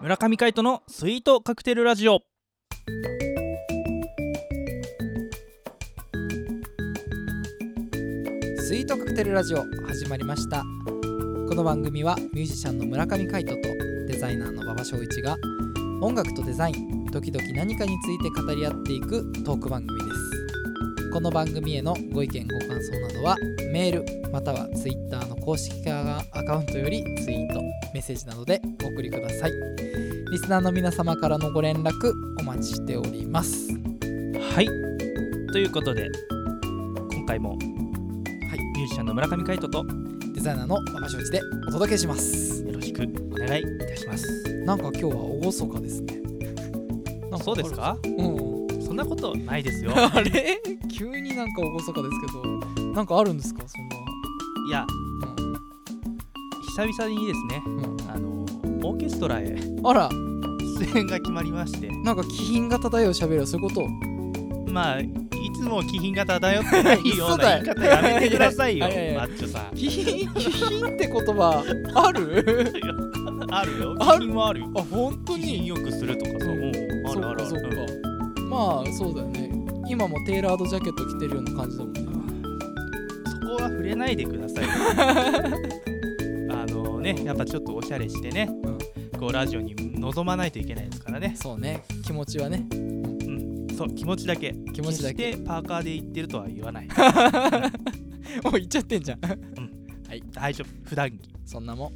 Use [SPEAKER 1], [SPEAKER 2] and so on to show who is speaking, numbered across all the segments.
[SPEAKER 1] 村上海人のスイートカクテルラジオ
[SPEAKER 2] スイートカクテルラジオ始まりましたこの番組はミュージシャンの村上海人とデザイナーの馬場翔一が音楽とデザイン時々何かについて語り合っていくトーク番組ですこの番組へのご意見ご感想などはメールまたはツイッターの公式アカウントよりツイートメッセージなどでお送りくださいリスナーの皆様からのご連絡お待ちしております
[SPEAKER 1] はいということで今回も、はい、ミュージシャンの村上海人と
[SPEAKER 2] デザイナーの馬場翔一でお届けします
[SPEAKER 1] よろしくお願いいたします
[SPEAKER 2] なんか今日は厳かですねなん
[SPEAKER 1] そうですか
[SPEAKER 2] うん、
[SPEAKER 1] そんなことないです よ
[SPEAKER 2] あれ 急になんか厳かですけどなんかあるんですかそん
[SPEAKER 1] いや
[SPEAKER 2] な、
[SPEAKER 1] 久々にですね
[SPEAKER 2] うんうん
[SPEAKER 1] あのオーケストラへ
[SPEAKER 2] あら
[SPEAKER 1] 出演が決まりまして
[SPEAKER 2] なんか気品が漂う喋るよそういうこと
[SPEAKER 1] まあいつも気品が漂ってないよう
[SPEAKER 2] 嘘だ
[SPEAKER 1] な言
[SPEAKER 2] よ
[SPEAKER 1] い方やめてくださいよ
[SPEAKER 2] いやいやいや
[SPEAKER 1] マッチョさん
[SPEAKER 2] 気品気品って言葉ある
[SPEAKER 1] あるよ気
[SPEAKER 2] ある
[SPEAKER 1] 品はあるよ
[SPEAKER 2] あ本当
[SPEAKER 1] 気品
[SPEAKER 2] に
[SPEAKER 1] よくするとかさ、
[SPEAKER 2] うん
[SPEAKER 1] うんあ
[SPEAKER 2] そっ
[SPEAKER 1] るある
[SPEAKER 2] か
[SPEAKER 1] あ
[SPEAKER 2] そっ
[SPEAKER 1] る
[SPEAKER 2] かまあそうだよね今もテーラードジャケット着てるような感じだもんね
[SPEAKER 1] そこは触れないでくだ さいあのねやっぱちょっとおしゃれしてね、こうラジオに望まないといけないですからね、
[SPEAKER 2] そうね気持ちはね
[SPEAKER 1] うん、そう気持ちだけ
[SPEAKER 2] 気持ちだけ
[SPEAKER 1] 決してパーカーで言ってるとは言わない
[SPEAKER 2] もう言っちゃってん じゃん
[SPEAKER 1] 大丈夫普段着
[SPEAKER 2] そんなもん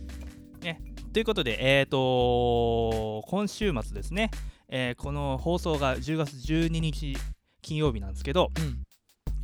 [SPEAKER 1] ということでえっ、と今週末ですね、えーこの放送が10月12日金曜日なんですけど、
[SPEAKER 2] うん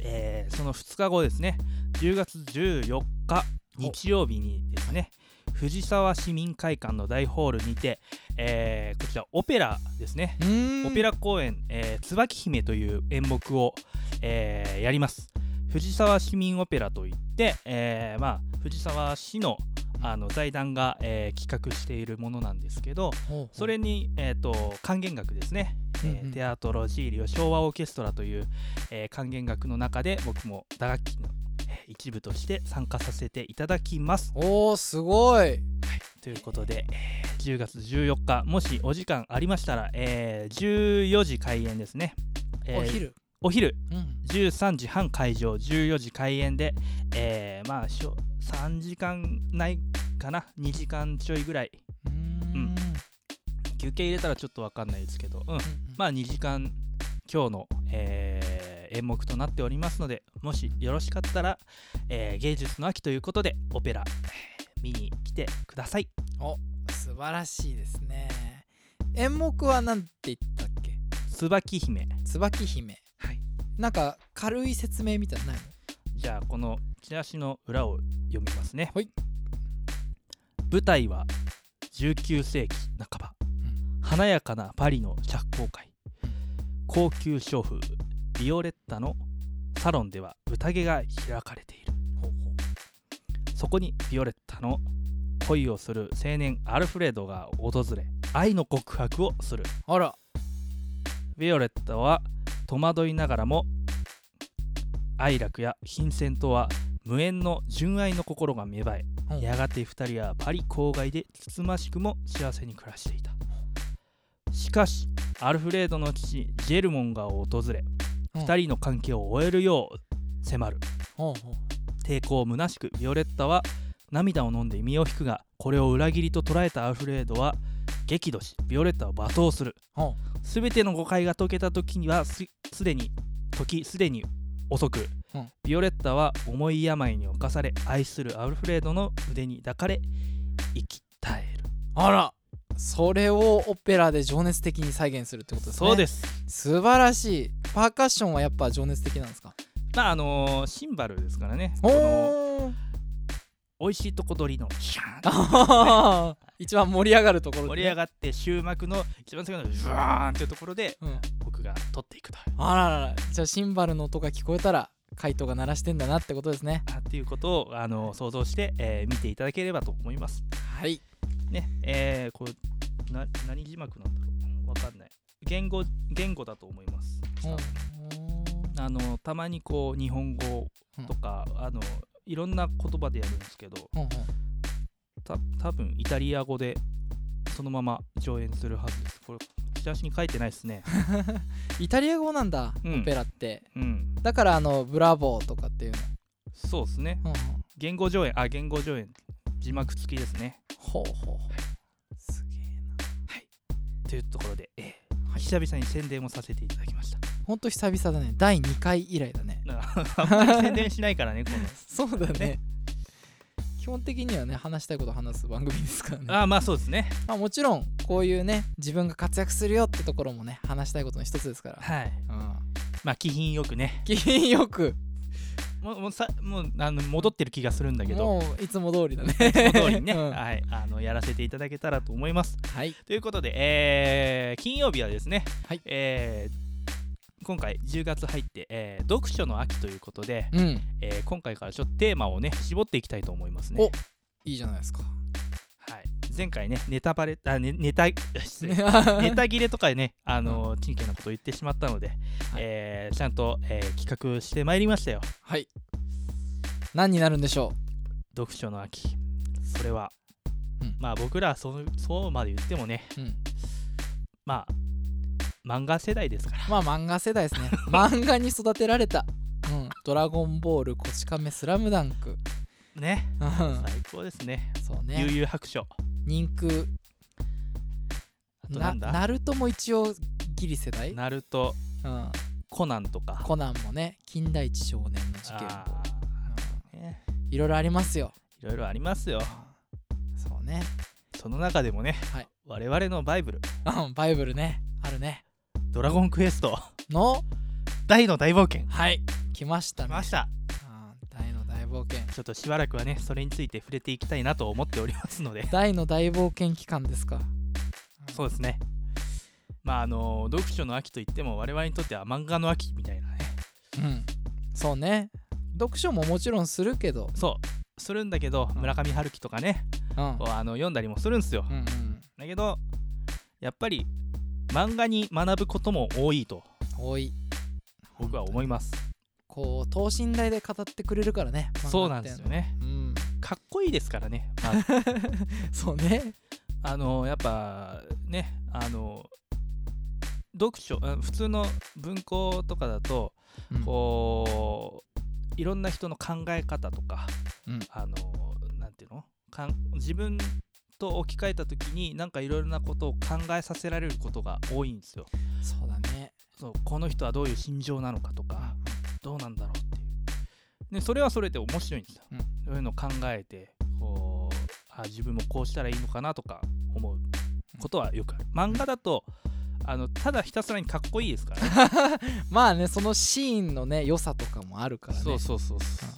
[SPEAKER 1] えーその2日後ですね10月14日日曜日にですね藤沢市民会館の大ホールにて、えーこちらオペラですね、
[SPEAKER 2] うーん
[SPEAKER 1] オペラ公演、えー椿姫」という演目を、えーやります藤沢市民オペラといって、えーまあ、藤沢市のあの財団が、えー企画しているものなんですけど
[SPEAKER 2] ほうほう
[SPEAKER 1] それに、えー、と管弦楽ですね
[SPEAKER 2] うんうん
[SPEAKER 1] えーテアトロジーリオ昭和オーケストラという、えー管弦楽の中で僕も打楽器のえー一部として参加させていただきます。
[SPEAKER 2] おーすごい
[SPEAKER 1] ということで、えー10月14日もしお時間ありましたら、えー14時開演ですね。えー
[SPEAKER 2] お昼
[SPEAKER 1] お昼
[SPEAKER 2] うん
[SPEAKER 1] 13時半会場14時開演で、えーまあしょ3時間ないかな2時間ちょいぐらいう
[SPEAKER 2] ーん
[SPEAKER 1] 休憩入れたらちょっと分かんないですけど、うん、まあ2時間今日の、えー演目となっておりますのでもしよろしかったら、えー芸術の秋ということでオペラえー見に来てください
[SPEAKER 2] 素晴らしいですね演目は何て言ったっけ
[SPEAKER 1] 椿姫
[SPEAKER 2] 椿姫
[SPEAKER 1] はい
[SPEAKER 2] なんか軽い説明みたいなのない
[SPEAKER 1] じゃあこのチラシの裏を読みますね、
[SPEAKER 2] はい
[SPEAKER 1] 舞台は19世紀半ば、華やかなパリの社交界、
[SPEAKER 2] うん
[SPEAKER 1] 高級娼婦ビオレッタのサロンでは宴が開かれている
[SPEAKER 2] のほうほ
[SPEAKER 1] そこにビオレッタの恋をする青年アルフレドが訪れ愛の告白をする
[SPEAKER 2] うあら
[SPEAKER 1] ビオレッタは戸惑いながらも愛楽や貧戦とは無縁の純愛の心が芽生え
[SPEAKER 2] うん
[SPEAKER 1] やがて2人はパリ郊外でつつましくも幸せに暮らしていたしかしアルフレードの父ジェルモンが訪れ
[SPEAKER 2] うん
[SPEAKER 1] 2人の関係を終えるよう迫る
[SPEAKER 2] ほうほう
[SPEAKER 1] 抵抗虚しくビオレッタは涙を飲んで身を引くがこれを裏切りと捉えたアルフレードは激怒しビオレッタを罵倒する
[SPEAKER 2] ほ
[SPEAKER 1] 全ての誤解が解けた時にはすすでに時すでに遅く、
[SPEAKER 2] うん
[SPEAKER 1] ビオレッタは重い病に侵され愛するアルフレードの腕に抱かれ生き絶える
[SPEAKER 2] あらそれをオペラで情熱的に再現するってことですね
[SPEAKER 1] そうです、
[SPEAKER 2] す素晴らしいパーカッションはやっぱ情熱的なんですか
[SPEAKER 1] まああのーシンバルですからね
[SPEAKER 2] お
[SPEAKER 1] この
[SPEAKER 2] ー
[SPEAKER 1] 美味しいとこ取りのシャーンと
[SPEAKER 2] あー 一番盛り上がるところでね、
[SPEAKER 1] 盛り上がって終幕の一番最後のブワーンっていうところで
[SPEAKER 2] うん
[SPEAKER 1] 僕が取っていくと
[SPEAKER 2] あらららじゃあシンバルの音が聞こえたらカイトが鳴らしてんだなってことですね
[SPEAKER 1] あっていうことをあの想像して、えー見ていただければと思います。
[SPEAKER 2] はい
[SPEAKER 1] ね、えーこうな何字幕なんだろうわかんない。言語言語だと思います。あのたまにこう日本語とか、あのいろんな言葉でやるんですけど、
[SPEAKER 2] うんうん
[SPEAKER 1] た多分イタリア語でそのまま上演するはずですこれチラシに書いてないですね
[SPEAKER 2] イタリア語なんだ、
[SPEAKER 1] うん
[SPEAKER 2] オペラって
[SPEAKER 1] うん
[SPEAKER 2] だからあのブラボーとかっていう
[SPEAKER 1] そうですね
[SPEAKER 2] の、うん、
[SPEAKER 1] 言語上演あ言語上演字幕付きですね
[SPEAKER 2] ほうほうほうすげえな
[SPEAKER 1] というところで、えー久々に宣伝をさせていただきました
[SPEAKER 2] ほんと久々だね第2回以来だね
[SPEAKER 1] だから あんまり宣伝しないからねこの
[SPEAKER 2] そうだね基本的にはね話したいこと話す番組ですからね
[SPEAKER 1] あーまあそうですね
[SPEAKER 2] まあ、もちろんこういうね自分が活躍するよってところもね話したいことの一つですから
[SPEAKER 1] はい
[SPEAKER 2] うん
[SPEAKER 1] まあ気品よくね
[SPEAKER 2] 気品よく
[SPEAKER 1] もうもうさもうあの戻ってる気がするんだけど
[SPEAKER 2] もういつも通りだね
[SPEAKER 1] いつも通り にね、
[SPEAKER 2] うん
[SPEAKER 1] はい、あのやらせていただけたらと思います
[SPEAKER 2] はい
[SPEAKER 1] ということで、えー金曜日はですね、
[SPEAKER 2] はい
[SPEAKER 1] えー今回10月入って、えー読書の秋ということで、
[SPEAKER 2] うん
[SPEAKER 1] えー今回からちょっとテーマをね絞っていきたいと思いますね。
[SPEAKER 2] おいいじゃないですか
[SPEAKER 1] はい、前回ねネタバレあ、ね、ネタ 失礼ネタ切れとかでねあのちんけなこと言ってしまったので、えーちゃんと、えー企画してまいりましたよ
[SPEAKER 2] はい何になるんでしょ
[SPEAKER 1] 読書の秋それは、
[SPEAKER 2] うん
[SPEAKER 1] まあ僕らはそうそうまで言ってもね
[SPEAKER 2] う、うん、
[SPEAKER 1] まあ漫画世代ですから
[SPEAKER 2] まあ漫画世 代ですね漫画に育てられた「うん、ドラゴンボール」「こち亀」「スラムダンク」
[SPEAKER 1] ね
[SPEAKER 2] うん
[SPEAKER 1] 最高ですね
[SPEAKER 2] そう
[SPEAKER 1] 悠
[SPEAKER 2] ね
[SPEAKER 1] 々白書
[SPEAKER 2] 人空
[SPEAKER 1] あとなんだ
[SPEAKER 2] ナルトも一応ギリ世代、
[SPEAKER 1] ナルト
[SPEAKER 2] うん、
[SPEAKER 1] コナンとか
[SPEAKER 2] コナンもね近代一少年の事件
[SPEAKER 1] あ
[SPEAKER 2] も
[SPEAKER 1] ーね
[SPEAKER 2] いろいろありますよ。
[SPEAKER 1] いろいろありますよ
[SPEAKER 2] そうね。
[SPEAKER 1] その中でもね、
[SPEAKER 2] はい
[SPEAKER 1] 我々のバイブル
[SPEAKER 2] うんバイブルね。あるね。
[SPEAKER 1] 「ドラゴンクエスト
[SPEAKER 2] の、
[SPEAKER 1] 大の大冒険
[SPEAKER 2] はい。来ました」
[SPEAKER 1] 来
[SPEAKER 2] ね。
[SPEAKER 1] ました
[SPEAKER 2] うん大の大冒険。
[SPEAKER 1] ちょっとしばらくはねそれについて触れていきたいなと思っておりますので
[SPEAKER 2] 大の大冒険期間ですか。
[SPEAKER 1] そうですねまああの読書の秋といっても我々にとっては漫画の秋みたいなね
[SPEAKER 2] うん。そうね。読書ももちろんするけど。
[SPEAKER 1] そうするんだけど
[SPEAKER 2] うん
[SPEAKER 1] 村上春樹とかね、
[SPEAKER 2] うん。
[SPEAKER 1] こうあの読んだりもするんですよ
[SPEAKER 2] うんうん。
[SPEAKER 1] だけどやっぱり漫画に学ぶことも多いと
[SPEAKER 2] 多い。
[SPEAKER 1] 僕は思います
[SPEAKER 2] こう等身大で語ってくれるからね。漫画って
[SPEAKER 1] そうなんですよ。ね
[SPEAKER 2] うん。
[SPEAKER 1] かっこいいですからね、ま ず
[SPEAKER 2] そうね。
[SPEAKER 1] あのやっぱねあの読書あ普通の文庫とかだと
[SPEAKER 2] うん
[SPEAKER 1] こういろんな人の考え方とか、
[SPEAKER 2] うん
[SPEAKER 1] あのなんていうのかん自分と置き換えた時になんかいろいろなことを考えさせられることが多いんですよ。
[SPEAKER 2] そうだね。
[SPEAKER 1] そうこの人はどういう心情なのかとかどうなんだろうっていう。でそれはそれで面白いんですよ。
[SPEAKER 2] うん
[SPEAKER 1] そういうのを考えてこうあ自分もこうしたらいいのかなとか思うことはよくある。漫画だとあのただひたすらにかっこいいですから ね。
[SPEAKER 2] まあね、そのシーンのね、良さとかもあるからね。
[SPEAKER 1] そうそうそうそう。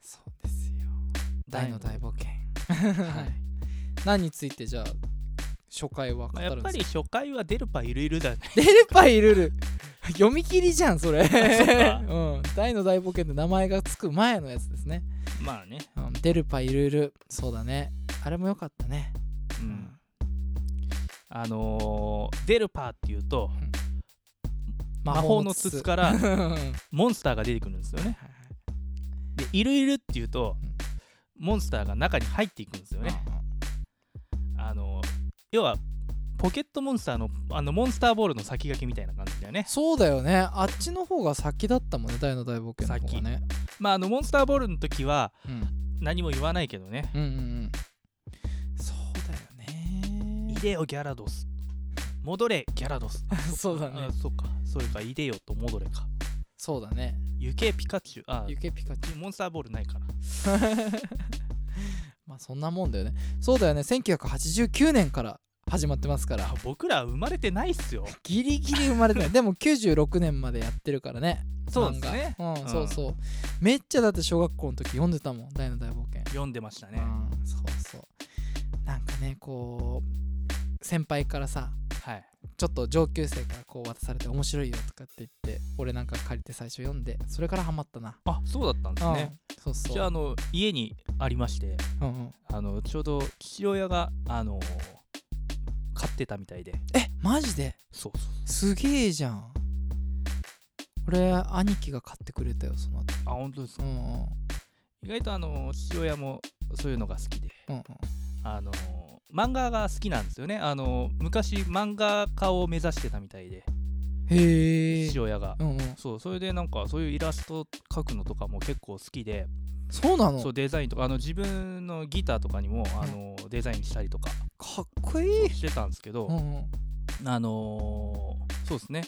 [SPEAKER 2] そうですよ大の大冒険
[SPEAKER 1] はい
[SPEAKER 2] 何についてじゃあ初回は語
[SPEAKER 1] まあや
[SPEAKER 2] る
[SPEAKER 1] っ
[SPEAKER 2] ん
[SPEAKER 1] ぱ
[SPEAKER 2] です
[SPEAKER 1] り
[SPEAKER 2] か
[SPEAKER 1] 初回は出るパいるいるだね。
[SPEAKER 2] デルパイルル 読み切りじゃんそ れ
[SPEAKER 1] うか
[SPEAKER 2] うん大の大冒険って名前がつく前のやつですね、
[SPEAKER 1] まあね。
[SPEAKER 2] うん、デルパイルルそうだねあれも良かったね
[SPEAKER 1] う。
[SPEAKER 2] うん
[SPEAKER 1] あのー、デルパーっていうと魔法の筒からら
[SPEAKER 2] はい
[SPEAKER 1] モンスターが出てくるんですよね。でいるいるっていうと
[SPEAKER 2] うん
[SPEAKER 1] モンスターが中に入っていくんですよね。あのー、要はポケットモンスターのあのモンスターボールの先駆けみたいな感じだよね。
[SPEAKER 2] そうだよねあっちの方が先だったもんね大の大冒険の方がね、
[SPEAKER 1] まああのモンスターボールの時は
[SPEAKER 2] うん、
[SPEAKER 1] 何も言わないけどね。
[SPEAKER 2] うんうんうんそうだよね
[SPEAKER 1] いでよギャラドス。戻れギャラドス。
[SPEAKER 2] そうだね
[SPEAKER 1] あ そっか。それかいでよと戻れか。
[SPEAKER 2] そうだね
[SPEAKER 1] 行けピカチュウ。あ
[SPEAKER 2] ゆけピカチ
[SPEAKER 1] モンスターボールないから。
[SPEAKER 2] ュウまあそんなもんだよねそうだよね1989年から始まってますから
[SPEAKER 1] あ僕ら生まれてないっすよ。
[SPEAKER 2] ギリギリ生まれ てないでも96年までやってるからね
[SPEAKER 1] そうですね
[SPEAKER 2] 漫画うん、
[SPEAKER 1] うん
[SPEAKER 2] そうそうめっちゃだって小学校の時読んでたもん大の大冒険、
[SPEAKER 1] 読んでました
[SPEAKER 2] う
[SPEAKER 1] ね。
[SPEAKER 2] んそうそうなんかねこう先輩からさ
[SPEAKER 1] はい。
[SPEAKER 2] ちょっと上級生からこう渡されて面白いよとかって言って俺なんか借りて最初読んでそれからハマったな、
[SPEAKER 1] あそうだったんですね。
[SPEAKER 2] うんそうそう
[SPEAKER 1] じゃああの家にありまして
[SPEAKER 2] うんうん、
[SPEAKER 1] あのちょうど父親があの買ってたみたいで
[SPEAKER 2] えマジで
[SPEAKER 1] そうそう
[SPEAKER 2] すげえじゃん俺兄貴が買ってくれたよその後
[SPEAKER 1] あ本当です
[SPEAKER 2] う
[SPEAKER 1] か
[SPEAKER 2] んうん
[SPEAKER 1] 意外とあの父親もそういうのが好きで
[SPEAKER 2] うんうん
[SPEAKER 1] あの漫画が好きなんですよねあの昔漫画家を目指してたみたいで
[SPEAKER 2] へえ
[SPEAKER 1] 父親が
[SPEAKER 2] う。んうん
[SPEAKER 1] そうそれでなんかそういうイラスト描くのとかも結構好きで、
[SPEAKER 2] そうなの
[SPEAKER 1] そうデザインとかあの自分のギターとかにもあのデザインしたりとか
[SPEAKER 2] かっこいい
[SPEAKER 1] してたんですけど、
[SPEAKER 2] うんうん
[SPEAKER 1] あのーそうですね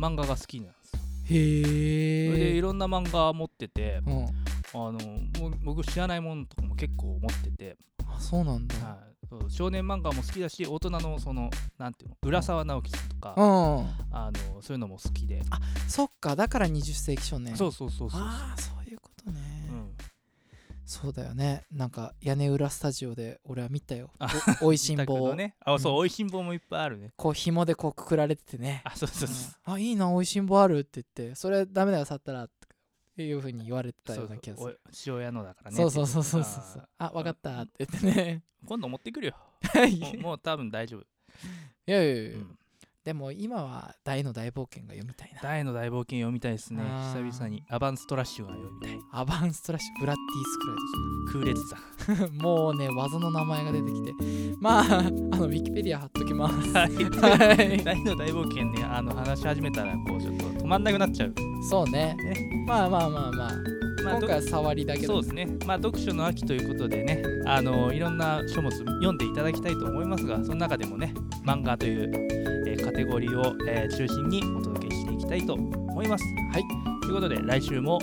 [SPEAKER 1] 漫画が好きなんですよそれで
[SPEAKER 2] へ
[SPEAKER 1] い
[SPEAKER 2] え
[SPEAKER 1] ろんな漫画持ってて、
[SPEAKER 2] うん
[SPEAKER 1] あのもう僕知らないものとかも結構持ってて、
[SPEAKER 2] あそうなんだ
[SPEAKER 1] はいそう少年漫画も好きだし大人のそのなんていうの浦沢直樹さんとか、
[SPEAKER 2] うん
[SPEAKER 1] あのそういうのも好きで、
[SPEAKER 2] そっかだから20世紀少年
[SPEAKER 1] そうそうそうそう、
[SPEAKER 2] ああそういうことね、
[SPEAKER 1] うん、
[SPEAKER 2] そうだよねなんか屋根裏スタジオで俺は見たよ
[SPEAKER 1] あ
[SPEAKER 2] おおいしん坊
[SPEAKER 1] 自宅
[SPEAKER 2] を、
[SPEAKER 1] のねあそう、
[SPEAKER 2] うん
[SPEAKER 1] おいしん坊もいっぱいあるね
[SPEAKER 2] こう紐でこうくくられててね
[SPEAKER 1] あそうそうそう、
[SPEAKER 2] うんあいいなおいしん坊あるって言ってそれダメだよ去ったらっていうふうに言われてた
[SPEAKER 1] そ
[SPEAKER 2] よ
[SPEAKER 1] う
[SPEAKER 2] うな気がする
[SPEAKER 1] そうお父親のだからね
[SPEAKER 2] そうそうそうそうそうそう
[SPEAKER 1] あ
[SPEAKER 2] あわかったって言ってね
[SPEAKER 1] ー今度持ってくるよ
[SPEAKER 2] い
[SPEAKER 1] もうもう多分大丈夫、
[SPEAKER 2] やいやいやいや、
[SPEAKER 1] うん
[SPEAKER 2] でも今は大の大冒険が読みたいな
[SPEAKER 1] 大の大冒険読みたいですね
[SPEAKER 2] あ
[SPEAKER 1] 久
[SPEAKER 2] ー
[SPEAKER 1] 々にアバンストラッシュが読みたい
[SPEAKER 2] アバンストラッシュブラッ
[SPEAKER 1] 空
[SPEAKER 2] デ
[SPEAKER 1] 裂さ
[SPEAKER 2] ィースクライドもうね技の名前が出てきてまああ のウィキペディア貼っときます
[SPEAKER 1] はい 大の大冒険ねあの話し始めたらこうちょっと止まんなくなっちゃう、
[SPEAKER 2] そうね
[SPEAKER 1] ね
[SPEAKER 2] まあまあまあまあ
[SPEAKER 1] まあ、
[SPEAKER 2] 今回は触りだけ
[SPEAKER 1] 読
[SPEAKER 2] ど
[SPEAKER 1] そうですねまあ読書の秋ということでねあのいろんな書物読んでいただきたいと思いますがその中でもね漫画という、えーカテゴリーを、えー中心にお届けしていきたいと思います
[SPEAKER 2] はい
[SPEAKER 1] ということで来週も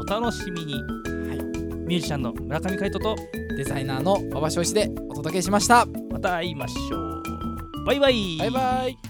[SPEAKER 1] お楽しみに、ミュージシャンの村上海人と
[SPEAKER 2] デザイナーの馬場彰一でお届けしました
[SPEAKER 1] また会いましょうバイバイ
[SPEAKER 2] バイバイ